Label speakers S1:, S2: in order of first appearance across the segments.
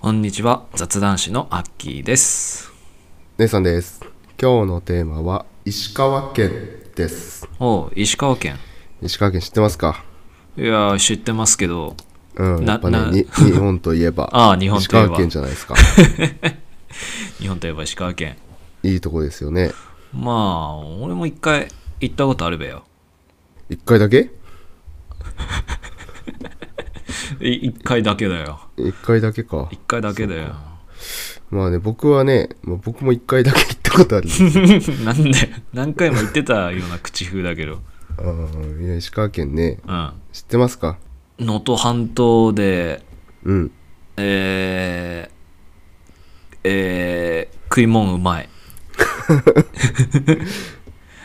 S1: こんにちは雑談師のアッキーです
S2: 姉さんです。今日のテーマは石川県です。
S1: おう石川県
S2: 石川県知ってますか？
S1: いやー知ってますけど
S2: うん。
S1: な
S2: やっぱ
S1: な
S2: ね、 に日本といえば
S1: ああ日本
S2: 石
S1: といえば
S2: 川県じゃないですか。
S1: 日本といえば石川県
S2: いいとこですよね。
S1: まあ俺も一回行ったことあるべよ
S2: 一回だけ？
S1: い一回だけだよ
S2: 一回だけか。
S1: 一回だけだよ
S2: まあね、僕はね、もう僕も一回だけ行ったこと あるんですけど
S1: なんで何回も言ってたような口風だけど
S2: あーいや石川県ね
S1: うん
S2: 知ってますか
S1: 能登半島で
S2: うん
S1: えー、えー、食いもんうまい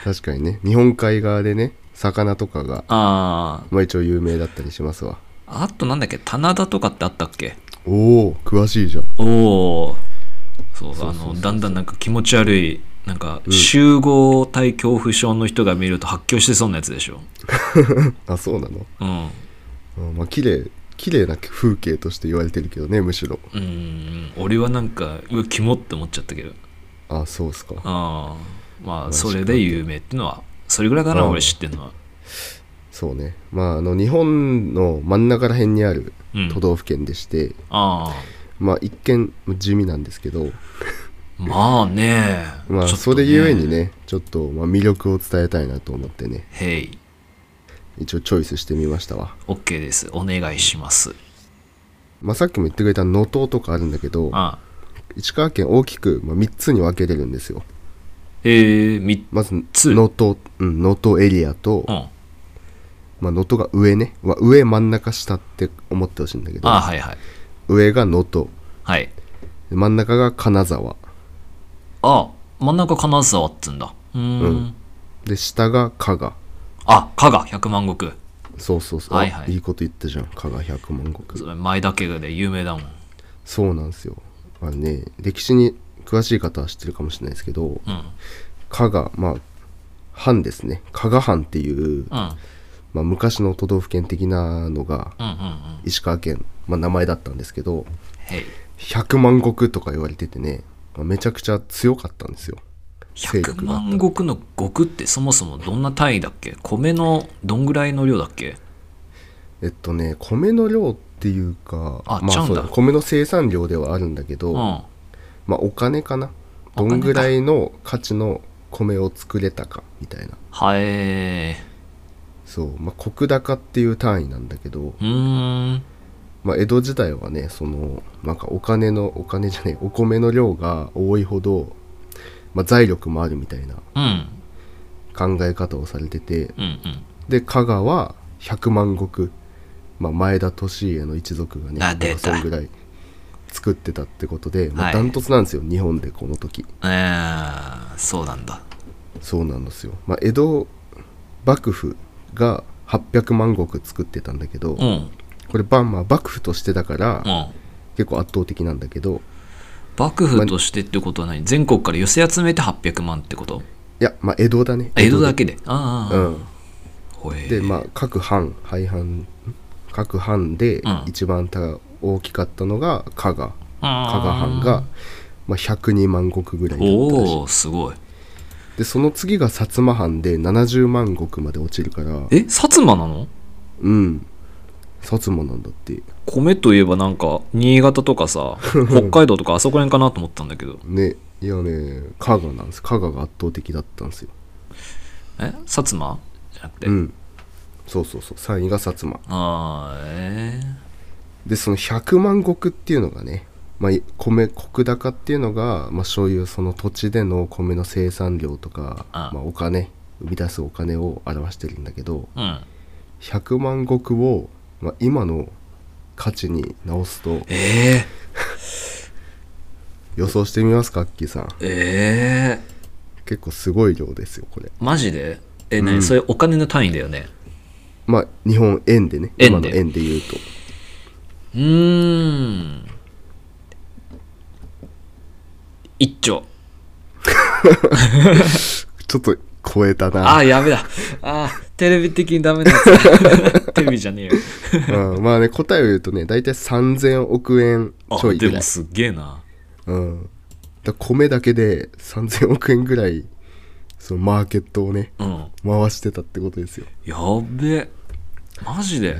S2: 確かにね日本海側でね魚とかが
S1: あ
S2: まあ一応有名だったりしますわ
S1: ああとなんだっけ棚田とかってあったっけ
S2: おお詳しいじゃん
S1: おおそう
S2: そうそう
S1: あ
S2: そう
S1: の
S2: そう
S1: だんだんなんか気持ち悪いなんか
S2: うん
S1: 集合体恐怖症の人が見ると発狂してそうなやつでしょ
S2: あそうなの
S1: うん
S2: あーまあ綺麗綺麗な風景として言われてるけどねむしろ
S1: うん俺はなんかうわキモって思っちゃったけど
S2: あそうっすか
S1: あーまあ
S2: マジ
S1: それで有名ってのはそれぐらいかな
S2: うん
S1: 俺知ってんのは
S2: そうねまああの日本の真ん中ら辺にある
S1: うん
S2: 都道府県でして、
S1: ああ
S2: まあ一見地味なんですけど
S1: まあね
S2: まあ
S1: ちょっとね
S2: それゆえにねちょっとまあ魅力を伝えたいなと思ってね
S1: へい
S2: 一応チョイスしてみましたわ
S1: OK ですお願いします
S2: まあ、さっきも言ってくれた能登とかあるんだけど
S1: あ
S2: 市川県大きく、まあ、3つに分けれるんですよ
S1: えー、み
S2: まず能
S1: つ
S2: 登うん能登エリアと
S1: うん
S2: まあ
S1: あ
S2: 能登、が上ね、まあ、上真ん中下って思ってほしいんだけど
S1: あはいはい
S2: 上が能登
S1: はい
S2: で真ん中が金沢
S1: あ真ん中金沢っつんだうーん
S2: うんで下が加賀
S1: あ加賀百万石
S2: そうそうそう、
S1: はいはい
S2: いこと言ったじゃん加賀百万石
S1: それ前だけで有名だもん
S2: そうなんですよあのね歴史に詳しい方は知ってるかもしれないですけど
S1: うん
S2: 加賀まあ藩ですね加賀藩っていう、
S1: うんうん
S2: まあ、昔の都道府県的なのが
S1: うんうん
S2: 石川県、まあ、名前だったんですけど
S1: へい
S2: 100万石とか言われててね、まあめちゃくちゃ強かったんですよ勢
S1: 百
S2: 力が
S1: 万石の石ってそもそもどんな単位だっけ米のどんぐらいの量だっけ
S2: えっとね米の量っていうか
S1: あ
S2: ま
S1: ちゃ
S2: あ
S1: うんだ
S2: そうだ米の生産量ではあるんだけど、
S1: うん
S2: まあお金かな
S1: お
S2: ど
S1: 金か
S2: んぐらいの価値の米を作れたかみたいな
S1: はえ
S2: そう、まあ、石高っていう単位なんだけど、
S1: ーうーん
S2: まあ、江戸時代はねそのなんかお金のお金じゃないお米の量が多いほど、まあ、財力もあるみたいな
S1: うん
S2: 考え方をされてて
S1: うんうん
S2: で加賀は百万石、まあ、前田利家の一族がね
S1: あ出た
S2: まそんぐらい作ってたってことで、ま
S1: は
S2: あ、
S1: い
S2: ダントツなんですよ、日本でこの時
S1: えー、そうなんだ
S2: そうなんですよ、まあ、江戸幕府が800万石作ってたんだけど、
S1: うん
S2: これ、ばまあ、幕府としてだから、
S1: うん
S2: 結構圧倒的なんだけど
S1: 幕府としてってことは何全国から寄せ集めて800万ってこと
S2: いや、まあ、江戸だね
S1: あ江戸だ
S2: け
S1: けでああ、
S2: うん、
S1: ほえ
S2: でまあ各藩廃藩ん各藩で
S1: うん
S2: 一番た大きかったのが加賀、
S1: あ
S2: 加賀藩が、まあ、102万石ぐらいだったらし
S1: おおすごい
S2: いでその次が薩摩藩で70万石まで落ちるから
S1: え薩摩なの
S2: うん薩摩なんだって
S1: 米といえばなんか新潟とかさ北海道とかあそこら辺かなと思ったんだけど
S2: ねいやね加賀なんです加賀が圧倒的だったんですよ
S1: え薩摩じゃなくて、
S2: うんそうそうそう3位が薩摩
S1: ああえ
S2: でその100万石っていうのがね、まあ、い米石高っていうのが、まあ、そういうその土地での米の生産量とか
S1: あ
S2: まあ、お金生み出すお金を表してるんだけど
S1: えー、
S2: 100万石を、まあ、今の価値に直すと
S1: え
S2: 予想してみますかアッキーさん
S1: えええ
S2: 結構すごい量ですよこれ
S1: マジでえ、ね
S2: うん
S1: それお金の単位だよね
S2: まあ日本円でね今
S1: 円で
S2: の円で言うと
S1: うーん一丁
S2: ちょっと超えた
S1: あ
S2: な
S1: あやべだああテレビ的にダメなや つテレビじゃねえよ
S2: うんまあね答えを言うとね大体3000億円ちょ
S1: あ
S2: い
S1: で
S2: ぐらい
S1: もすっげえな
S2: うん、だから米だけで3000億円ぐらいそのマーケットをね
S1: うん
S2: 回してたってことですよ、
S1: やっべえマジで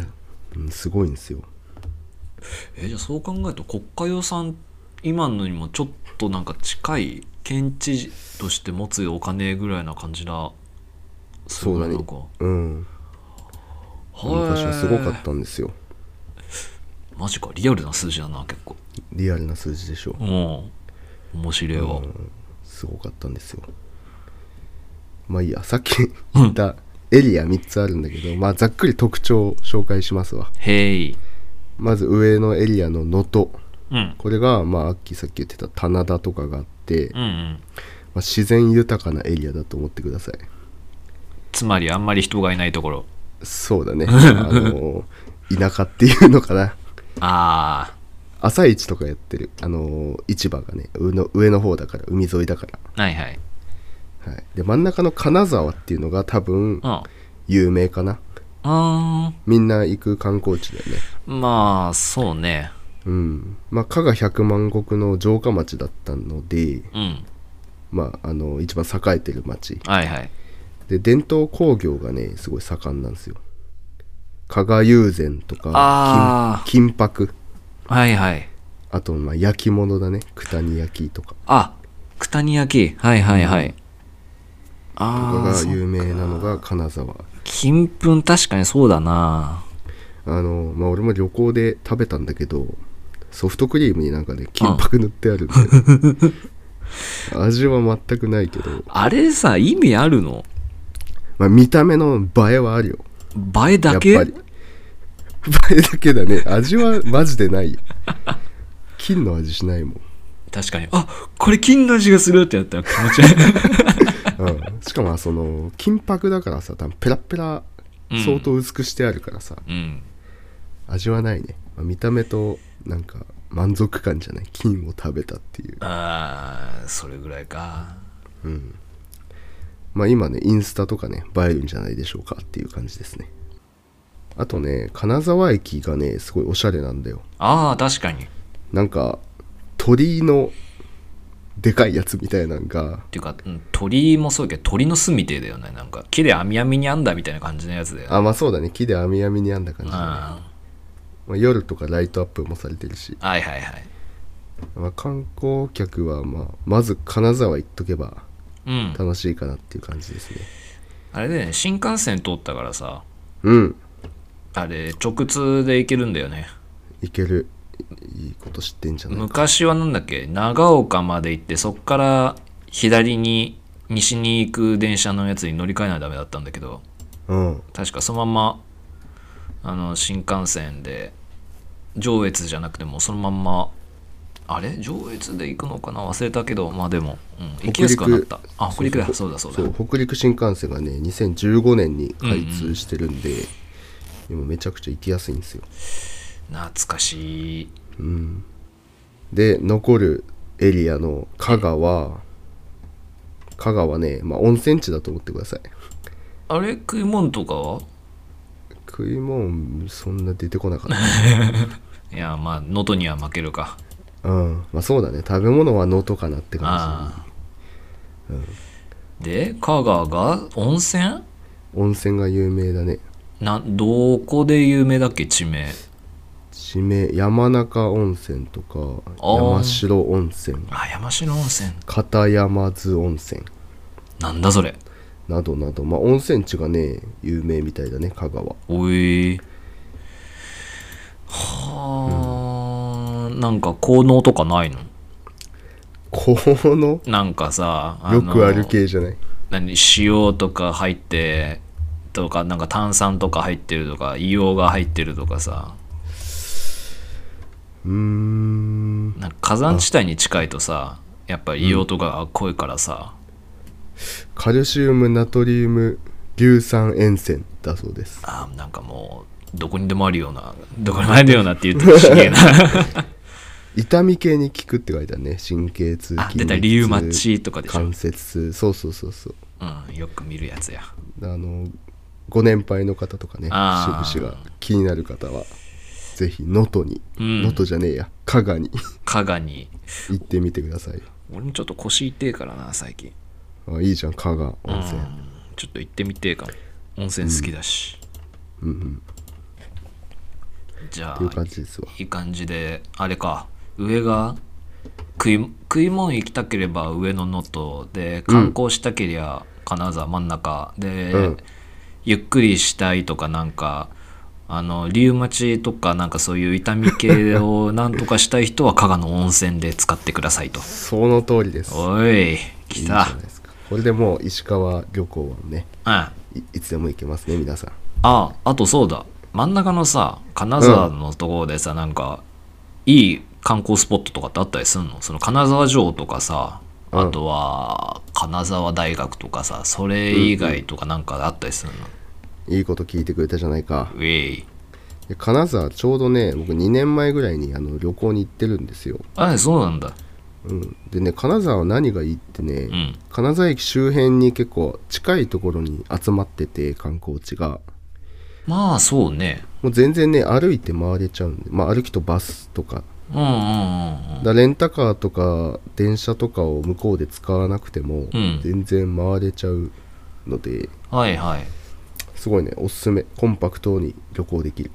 S2: うん、すごいんですよ
S1: えじゃあそう考えると国家予算今のにもちょっとなんか近い県知事として持つお金ぐらいな感じだ
S2: そうだね
S1: なんか
S2: うん昔はすごかったんですよ
S1: マジかリアルな数字だな結構
S2: リアルな数字でしょ
S1: うん面白いわ、
S2: すごかったんですよまあいいやさっき言ったエリア3つあるんだけど、まあざっくり特徴を紹介しますわ
S1: へい
S2: まず上のエリアの能登
S1: うん
S2: これがまあアッキーさっき言ってた棚田とかがあって、
S1: うんうん
S2: まあ、自然豊かなエリアだと思ってください
S1: つまりあんまり人がいないところ
S2: そうだねあの田舎っていうのかな
S1: あ
S2: 朝市とかやってるあの市場がね上の上の方だから海沿いだか
S1: あはいはい
S2: ら、はい、で真ん中の金沢っていうのが多
S1: う
S2: 分
S1: ん
S2: 有名かな
S1: あ
S2: みんな行く観光地だよね
S1: ーまあそうね
S2: うんまあ加賀百万石の城下町だったので
S1: うん
S2: まああの一番栄えてる町
S1: はいはい
S2: で伝統工業がねすごい盛んなんですよ加賀友禅とか
S1: あ
S2: 金金箔
S1: はいはい
S2: あとまあ焼き物だね九谷焼とか
S1: あ九谷焼はいはいはい、
S2: とか
S1: ああ
S2: が有名なのが金沢
S1: 金粉確かにそうだな
S2: あのまあ俺も旅行で食べたんだけどソフトクリームになんかね金箔塗ってあるんだよね 味は全くないけど、
S1: あれさ意味あるの
S2: まあ、見た目の映えはあるよ
S1: 映えだけ
S2: やっぱり映えだけだね味はマジでないよ金の味しないもん、
S1: 確かにあこれ金の味がするってやったら気持ち悪い
S2: うん、しかもその金箔だからさ多分ペラペラ
S1: うん
S2: 相当薄くしてあるからさ、
S1: うん
S2: 味はないね、まあ見た目となんか満足感じゃない金を食べたっていう
S1: ああそれぐらいか
S2: まあ今ねインスタとかね映えるんじゃないでしょうかっていう感じですねあとね金沢駅がねすごいおしゃれなんだよ
S1: ああ確かにっ
S2: なんか鳥居のでかいやつみたいなんが
S1: ていうか、うん、鳥もそうだけど鳥の巣みてえだよねなんか木で網網にあんだみたいな感じのやつだよね
S2: あまあそうだね木で網網に編んだ感じだね、
S1: あ
S2: まあ、夜とかライトアップもされてるし、
S1: ーはいはいはい
S2: まあ、観光客は、まあ、まず金沢行っとけば
S1: うん
S2: 楽しいかなっていう感じですね
S1: あれだよね新幹線通ったからさ
S2: うん
S1: あれ直通で行けるんだよね
S2: いけるいいいこと知ってんじゃない
S1: 昔はなんだっけ長岡まで行ってそっから左に西に行く電車のやつに乗り換えないとダメだったんだけど
S2: うん
S1: 確かそのまんまあの新幹線で上越じゃなくてもうそのまんまあれ上越で行くのかな忘れたけどまあでも、うん、行きやすくはなったあ北陸だそうだそうだ
S2: そう北陸新幹線がね2015年に開通してるんで、今めちゃくちゃ行きやすいんですよ、
S1: 懐かしい
S2: うん、で残るエリアの香川香川ね、まあ、温泉地だと思ってください
S1: あれ食い物とかは
S2: 食い物そんな出てこなかっ
S1: いやまあ能登には負けるか
S2: たうんまあそうだね食べ物は能登かなって感
S1: ああ、で香川が温泉
S2: じ温泉が有名だね
S1: などこで有名だっけ地名
S2: 地名山中温泉とか
S1: あー
S2: 山城温泉
S1: あ山城温泉
S2: 片山津温泉
S1: なんだそれ
S2: などなど、まあ、温泉地がね有名みたいだね香川
S1: おいはあ、なんか効能とかないの
S2: この
S1: なんかさあの
S2: よくある系じゃない
S1: 何塩とか入ってとかなんか炭酸とか入ってるとか硫黄が入ってるとかさ
S2: うーん
S1: なんか火山地帯に近いとさやっぱり硫黄とかが濃いからさ、
S2: カルシウムナトリウム硫酸塩泉だそうです
S1: あーなんかもうどこにでもあるようなどこにもあるようなって言ってるしげえな
S2: 痛み系に効くって書いてあるね神経痛
S1: あ
S2: 筋
S1: 出た
S2: 肉
S1: リウ
S2: 痛
S1: マチとかでしょ
S2: 関、節痛そうそうそうそう
S1: うん、よく見るやつや
S2: あのご年配の方とかね
S1: あー
S2: 節々が気になる方はぜひ能登に
S1: うん
S2: 能登、じゃねえや加賀に
S1: 加賀に
S2: 行ってみてください
S1: 俺もちょっと腰痛えからな最近
S2: あいいじゃん加賀温泉
S1: うんちょっと行ってみてえかも温泉好きだし、
S2: うんうん
S1: じゃ
S2: っていう
S1: あ
S2: 感じですわ
S1: いい感じであれか上が食い食い物行きたければ上の能登で観光したけりゃ金沢真ん中で、
S2: うん
S1: ゆっくりしたいとかなんかあのリウマチとかなんかそういう痛み系をなんとかしたい人は加賀の温泉で使ってくださいと
S2: その通りです
S1: おい来
S2: いいじゃ
S1: た
S2: ないですかこれでもう石川旅行はね
S1: うん
S2: いいつでも行けますね皆さん
S1: ああとそうだ真ん中のさ金沢のところでさ、なんかいい観光スポットとかってあったりするのその金沢城とかさ
S2: うん
S1: あとは金沢大学とかさそれ以外とかなんかあったりするの、
S2: いいこと聞いてくれたじゃないか
S1: ウェイ
S2: で金沢ちょうどね僕2年前ぐらいにあの旅行に行ってるんですよ、
S1: あそうなんだ
S2: うん、でね金沢は何がいいってね、
S1: うん
S2: 金沢駅周辺に結構近いところに集まってて観光地が
S1: まあそうね
S2: もう全然ね歩いて回れちゃうんで、まあ、歩きとバスとか
S1: うんうん
S2: だからレンタカーとか電車とかを向こうで使わなくても
S1: うん
S2: 全然回れちゃうので、
S1: うんはいはい
S2: すごいねおすすめコンパクトに旅行できる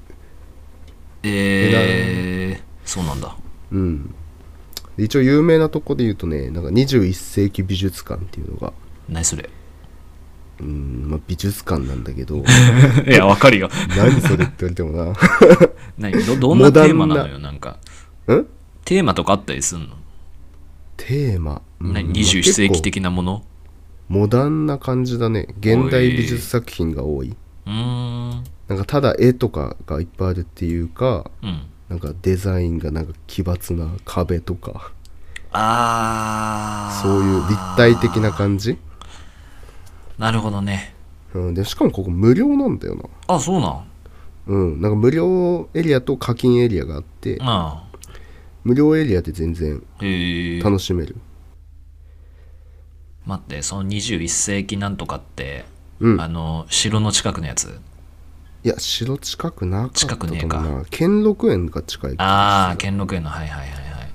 S1: えー、そうなんだ
S2: うんで一応有名なとこで言うとねなんか21世紀美術館っていうのが
S1: 何それ
S2: うん、まあ、美術館なんだけど
S1: いやわかるよ
S2: 何それって言われてもな
S1: 何どどんなテーマなのよなんか
S2: うん
S1: テーマとかあったりすんの
S2: テーマ、うん
S1: 何
S2: まあ
S1: 21
S2: 結構
S1: 世紀的なもの
S2: モダンな感じだね現代美術作品が多いう
S1: ーん
S2: なんかただ絵とかがいっぱいあるっていうか
S1: うん
S2: なんかデザインがなんか奇抜な壁とか
S1: あー
S2: そういう立体的な感じ、
S1: なるほどね
S2: うん、でしかもここ無料なんだよな
S1: あそうなん
S2: うんなんか無料エリアと課金エリアがあって
S1: あ
S2: 無料エリアで全然
S1: あへえ
S2: 楽しめる
S1: 待ってその21世紀なんとかって、
S2: うん
S1: あの城の近くのやつ
S2: いや城近くなかった
S1: 近
S2: と
S1: く
S2: 思
S1: ね
S2: う
S1: えか
S2: な兼六園が近い
S1: ああ兼六園のはいはいはいはい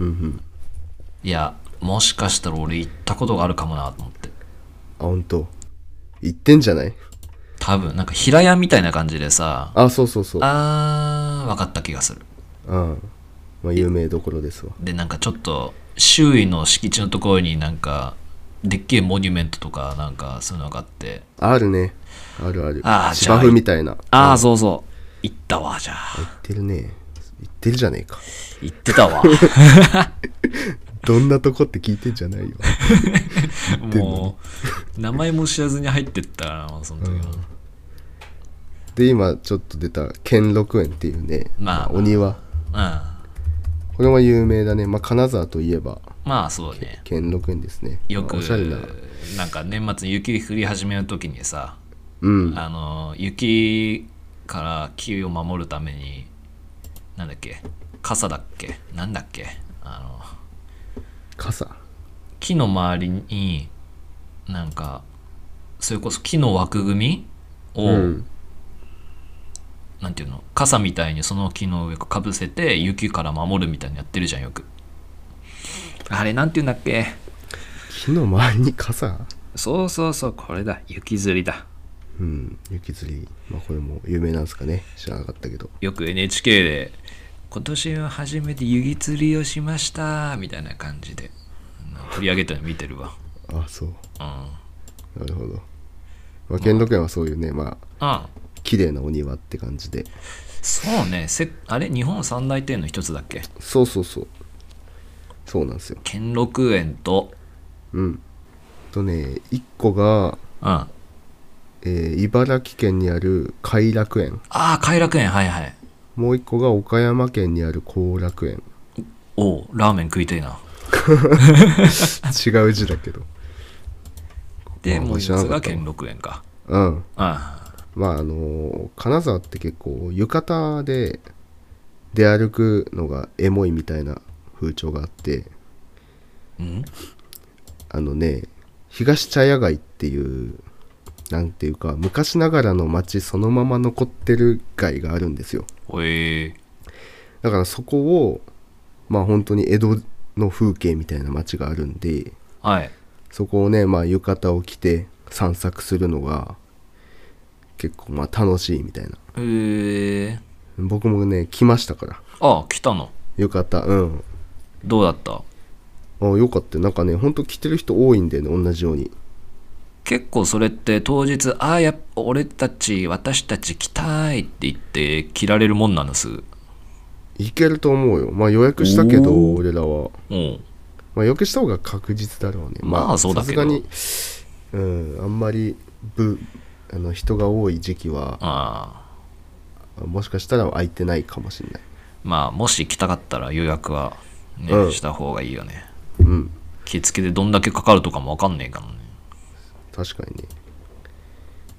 S2: うんうん
S1: いやもしかしたら俺行ったことがあるかもなと思って
S2: あ本当行ってんじゃない
S1: 多分なんか平屋みたいな感じでさ
S2: あそうそうそう
S1: あー分かった気がする
S2: うんまあ有名どころですわ
S1: でなんかちょっと周囲の敷地のところになんかでっけえモニュメントとかなんかそういうのがあって
S2: あるねあるある
S1: あー
S2: 芝
S1: じゃ
S2: 生
S1: あ
S2: みたいな
S1: ああ、そうそう行ったわじゃあ
S2: 行ってるね行ってるじゃねえか
S1: 行ってたわ
S2: どんなとこって聞いてんじゃ ないよ
S1: もう名前も知らずに入ってったからなその時も、
S2: で今ちょっと出た兼六園っていうね、
S1: まあ
S2: お庭
S1: うんま
S2: これは有名だね、まあ、金沢といえば
S1: あそうね
S2: 兼六園ですね
S1: よく
S2: まあおしゃれな
S1: なんか年末に雪降り始める時にさ
S2: うん
S1: あの雪から木を守るためになんだっけ傘だっけなんだっけあの
S2: 傘
S1: 木の周りになんかそれこそ木の枠組みを、
S2: うん
S1: なんていうの傘みたいにその木の上かぶせて雪から守るみたいにやってるじゃんよくあれなんていうんだっけ
S2: 木の周りに傘
S1: そうそうそうこれだ雪吊りだ
S2: うん雪吊り、まあ、これも有名なんですかね知らなかったけど
S1: よく NHK で「今年は初めて雪吊りをしました」みたいな感じでなんか取り上げたの見てるわ
S2: あそう
S1: うん
S2: なるほど、まあ、兼六園はそういうねまあ
S1: あ
S2: 綺麗なお庭って感じで
S1: そうねせあれ日本三大庭園の一つだっけ
S2: そうそうそうそうなんですよ
S1: 兼六園と
S2: うんとね1個が
S1: うん
S2: えー茨城県にある偕楽園
S1: ああ偕楽園はいはい
S2: もう一個が岡山県にある後楽園
S1: おうラーメン食いたいな
S2: 違う字だけど
S1: で
S2: あ
S1: もう
S2: 知らな
S1: 津
S2: か
S1: 賀
S2: った
S1: 県6円か
S2: うん
S1: あ
S2: まああのー金沢って結構浴衣で出歩くのがエモいみたいな風潮があって
S1: あん
S2: あのね東茶屋街っていうなんていうか昔ながらの街そのまま残ってる街があるんですよ
S1: おえ
S2: だからそこをまあ本当に江戸の風景みたいな街があるんで
S1: ー、はい
S2: そこをね、まあ、浴衣を着て散策するのが結構まあ楽しいみたいな
S1: えー、
S2: 僕もね来ましたから
S1: あ来たの
S2: 浴衣うん
S1: どうだった
S2: あよかったよなんかねほんと着てる人多いんだよね同じように
S1: 結構それって当日ああやっぱ俺たち私たち来たいって言って着られるもんなんですぐ
S2: いけると思うよまあ予約したけど
S1: おー
S2: 俺らは
S1: おう
S2: まあ、予約した方が確実だろうね。
S1: まあそうだけど
S2: さすがに、うん、あんまりぶあの人が多い時期は、
S1: ああ
S2: もしかしたら空いてないかもしれない。
S1: まあもし来たかったら予約は、ね
S2: うん
S1: した方がいいよね
S2: うん、
S1: 着付けでどんだけかかるとかもわかんねえからね
S2: 確かにね。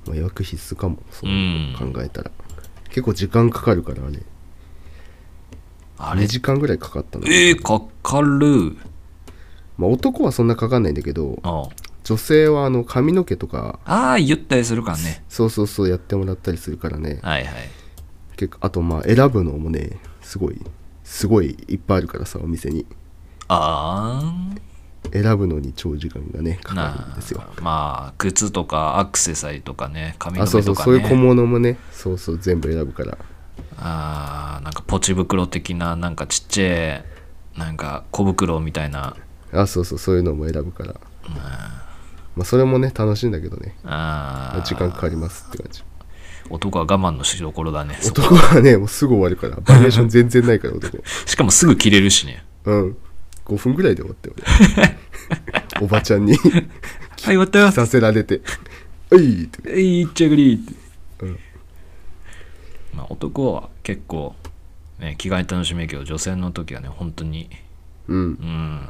S2: まあ、予約必須かも、そう
S1: うん
S2: 考えたら。結構時間かかるからね。
S1: あれ
S2: 2時間ぐらいかかったの。
S1: えー、かかる
S2: まあ、男はそんなかかんないんだけど、
S1: あ
S2: 女性はあの髪の毛とか、
S1: あああ言ったりするからね
S2: そうそうそうやってもらったりするからね。
S1: はいはい
S2: 結構あとまあ選ぶのもね、すごい、すごいいっぱいあるからさ、お店に。
S1: あ
S2: 選ぶのに長時間がね
S1: あ
S2: かかるん
S1: な
S2: ですよ
S1: あまあ靴とかアクセサリーとかね髪の
S2: あ
S1: 毛と
S2: そ
S1: かね
S2: うそうそういう小物もねそうそう全部選ぶから
S1: あーなんかポチ袋的ななんかちっちゃいなんか小袋みたいな
S2: あそうそうそういうのも選ぶからまあそれもね楽しいんだけどね
S1: あー
S2: 時間かかりますって感じ
S1: 男は我慢のしどころだねそ
S2: 男はねもうすぐ終わるからバリエーション全然ないから男
S1: しかもすぐ切れるしね
S2: うん5分ぐらいで終わって 俺おばちゃんに
S1: はい終わったよ
S2: させられて「おい!」って
S1: えいいっちゃぐりーって、
S2: うん
S1: まあ、男は結構、ね、着替え楽しめるけど女性の時はね本当に
S2: うん
S1: うん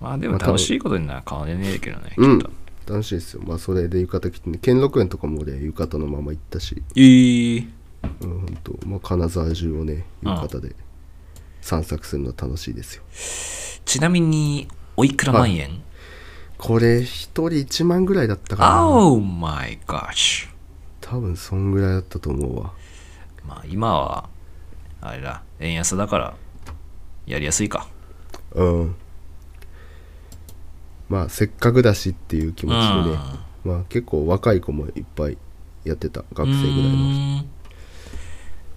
S1: まあでも楽しいことには変われねえけどね、
S2: うん
S1: きっと
S2: 楽しいですよまあそれで浴衣着てね兼六園とかも俺浴衣のまま行ったし
S1: えー、
S2: うん、ほんと、まあ、金沢中をね浴衣で散策するの楽しいですよ
S1: ちなみにおいくら万円、
S2: これ1人1万ぐらいだったかな
S1: Oh my gosh
S2: 多分そんぐらいだったと思うわ
S1: まあ今はあれだ円安だからやりやすいか
S2: うんまあせっかくだしっていう気持ちでねまあ結構若い子もいっぱいやってた学生ぐらいの人
S1: の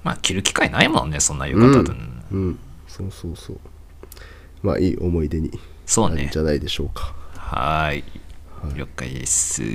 S1: まあ着る機会ないもんねそんな浴衣と、
S2: うんそうそうそうまあいい思い出に
S1: そ
S2: な
S1: う
S2: るん
S1: ね
S2: じゃないでしょうか
S1: はーい了解です
S2: や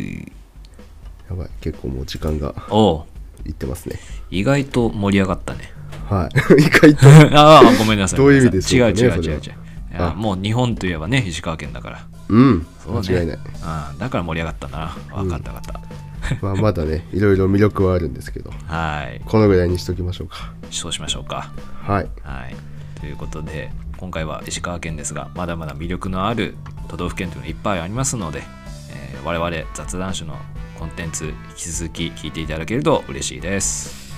S2: ばい結構もう時間が
S1: おう
S2: いってますね
S1: 意外と盛り上がったね
S2: はい 意外と
S1: ああごめんなさい
S2: どういう意味でしょうかね
S1: 違う違う
S2: そ
S1: 違
S2: れ
S1: う違
S2: は
S1: ういや
S2: あ
S1: もう日本といえばね石川県だから
S2: うん
S1: そうね
S2: 間違いない
S1: あだから盛り上がったな分かった分かった、
S2: まあまだね いろいろ魅力はあるんですけど
S1: はーい
S2: このぐらいにしときましょうか
S1: そうしましょうか
S2: はい
S1: はい、ということで今回は石川県ですがまだまだ魅力のある都道府県というのがいっぱいありますので、えー我々雑談種のコンテンツ引き続き聞いていただけると嬉しいです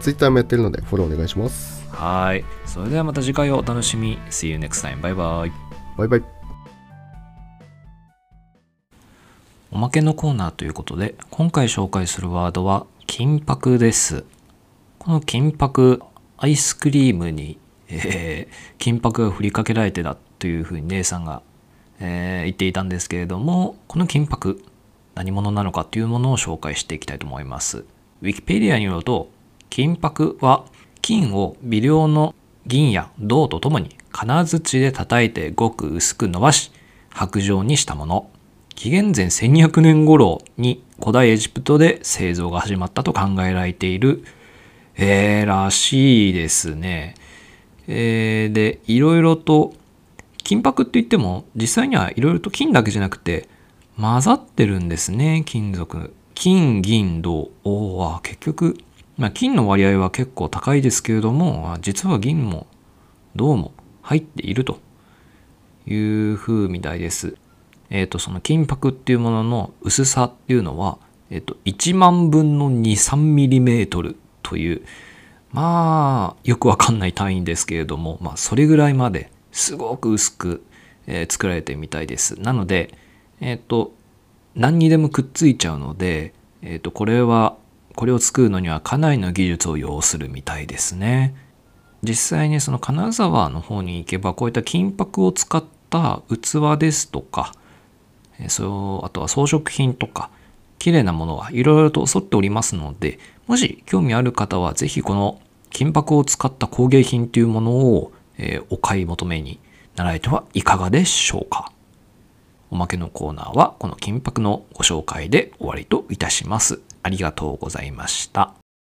S2: ツイッターもやってるのでフォローお願いします
S1: はいそれではまた次回をお楽しみ See you next time バイバイ
S2: バイバイ
S1: おまけのコーナーということで今回紹介するワードは金箔ですこの金箔アイスクリームに、えー金箔が振りかけられてだというふうに姉さんが、えー言っていたんですけれどもこの金箔何者なのかというものを紹介していきたいと思いますウィキペディアによると金箔は金を微量の銀や銅とともに金槌で叩いてごく薄く伸ばし白状にしたもの紀元前1200年頃に古代エジプトで製造が始まったと考えられている、えーらしいですね。えーでいろいろと金箔って言っても実際にはいろいろと金だけじゃなくて混ざってるんですね金属金銀銅おは結局、まあ、金の割合は結構高いですけれどもあ実は銀も銅も入っているという風みたいです。えっ、とその金箔っていうものの薄さっていうのは、えっと1万分の23ミリメートルというまあよくわかんない単位ですけれども、まあ、それぐらいまですごく薄く、えー作られてるみたいです。なので、えっと何にでもくっついちゃうので、えっとこれはこれを作るのにはかなりの技術を要するみたいですね。実際にその金沢の方に行けばこういった金箔を使った器ですとか、えーそうあとは装飾品とか綺麗なものはいろいろと揃っておりますのでもし興味ある方はぜひこの金箔を使った工芸品というものを、えーお買い求めになられてはいかがでしょうかおまけのコーナーはこの金箔のご紹介で終わりといたしますありがとうございました